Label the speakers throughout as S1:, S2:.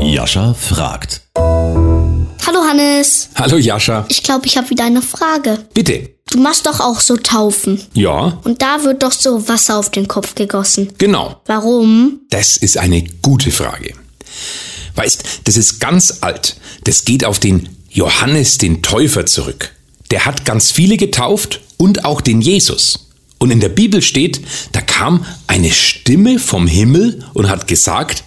S1: Jascha fragt.
S2: Hallo Hannes,
S3: Hallo Jascha.
S2: ich glaube, ich habe wieder eine Frage.
S3: Bitte.
S2: Du machst doch auch so Taufen.
S3: Ja,
S2: Und da wird doch so Wasser auf den Kopf gegossen.
S3: genau.
S2: Warum?
S3: Das ist eine gute Frage. Weißt, das ist ganz alt. Das geht auf den Johannes den Täufer zurück. Der hat ganz viele getauft und auch den Jesus. Und in der Bibel steht, da kam eine Stimme vom Himmel und hat gesagt,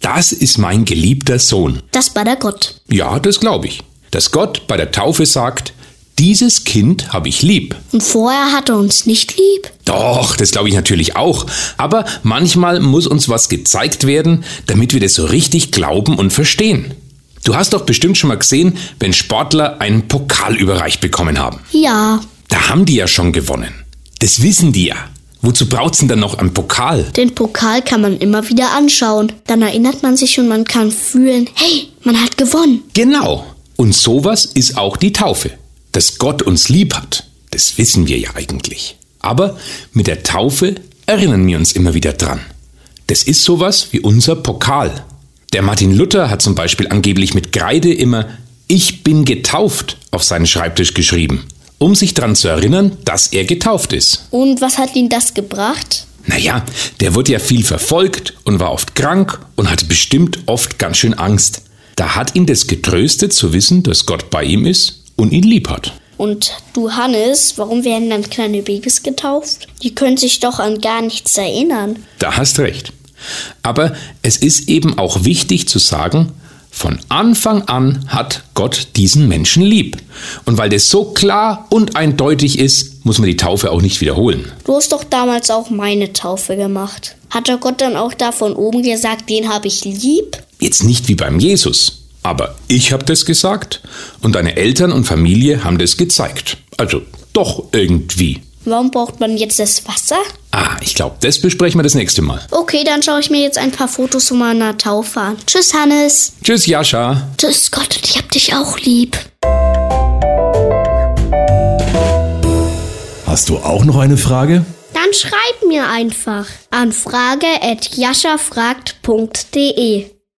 S3: das ist mein geliebter Sohn.
S2: Das war der Gott.
S3: Ja, das glaube ich. Dass Gott bei der Taufe sagt, dieses Kind habe ich lieb.
S2: Und vorher hat er uns nicht lieb.
S3: Doch, das glaube ich natürlich auch. Aber manchmal muss uns was gezeigt werden, damit wir das so richtig glauben und verstehen. Du hast doch bestimmt schon mal gesehen, wenn Sportler einen Pokal überreicht bekommen haben.
S2: Ja,
S3: Da haben die ja schon gewonnen. Das wissen die ja. Wozu braucht's denn dann noch einen Pokal?
S2: den Pokal kann man immer wieder anschauen. Dann erinnert man sich und man kann fühlen, hey, man hat gewonnen.
S3: Genau. Und sowas ist auch die Taufe. Dass Gott uns lieb hat, das wissen wir ja eigentlich. Aber mit der Taufe erinnern wir uns immer wieder dran. Das ist sowas wie unser Pokal. Der Martin Luther hat zum Beispiel angeblich mit Kreide immer Ich bin getauft auf seinen Schreibtisch geschrieben, um sich dran zu erinnern, dass er getauft ist.
S2: Und was hat ihn das gebracht?
S3: Naja, der wurde ja viel verfolgt und war oft krank und hatte bestimmt oft ganz schön Angst. Da hat ihn das getröstet zu wissen, dass Gott bei ihm ist und ihn lieb hat.
S2: Und du Hannes, warum werden dann kleine Babys getauft? Die können sich doch an gar nichts erinnern.
S3: Da hast recht. Aber es ist eben auch wichtig zu sagen, von Anfang an hat Gott diesen Menschen lieb. Und weil das so klar und eindeutig ist, muss man die Taufe auch nicht wiederholen.
S2: Du hast doch damals auch meine Taufe gemacht. Hat der Gott dann auch da von oben gesagt, den habe ich lieb?
S3: Jetzt nicht wie beim Jesus, aber ich habe das gesagt und deine Eltern und Familie haben das gezeigt. Also doch irgendwie.
S2: Warum braucht man jetzt das Wasser?
S3: Ah, ich glaube, das besprechen wir das nächste Mal.
S2: Okay, dann schaue ich mir jetzt ein paar Fotos von meiner Taufe an. Tschüss, Hannes.
S3: Tschüss, Jascha.
S2: Tschüss, Gott, und ich hab dich auch lieb.
S1: Hast du auch noch eine Frage?
S2: Dann schreib mir einfach an frage.jaschafragt.de.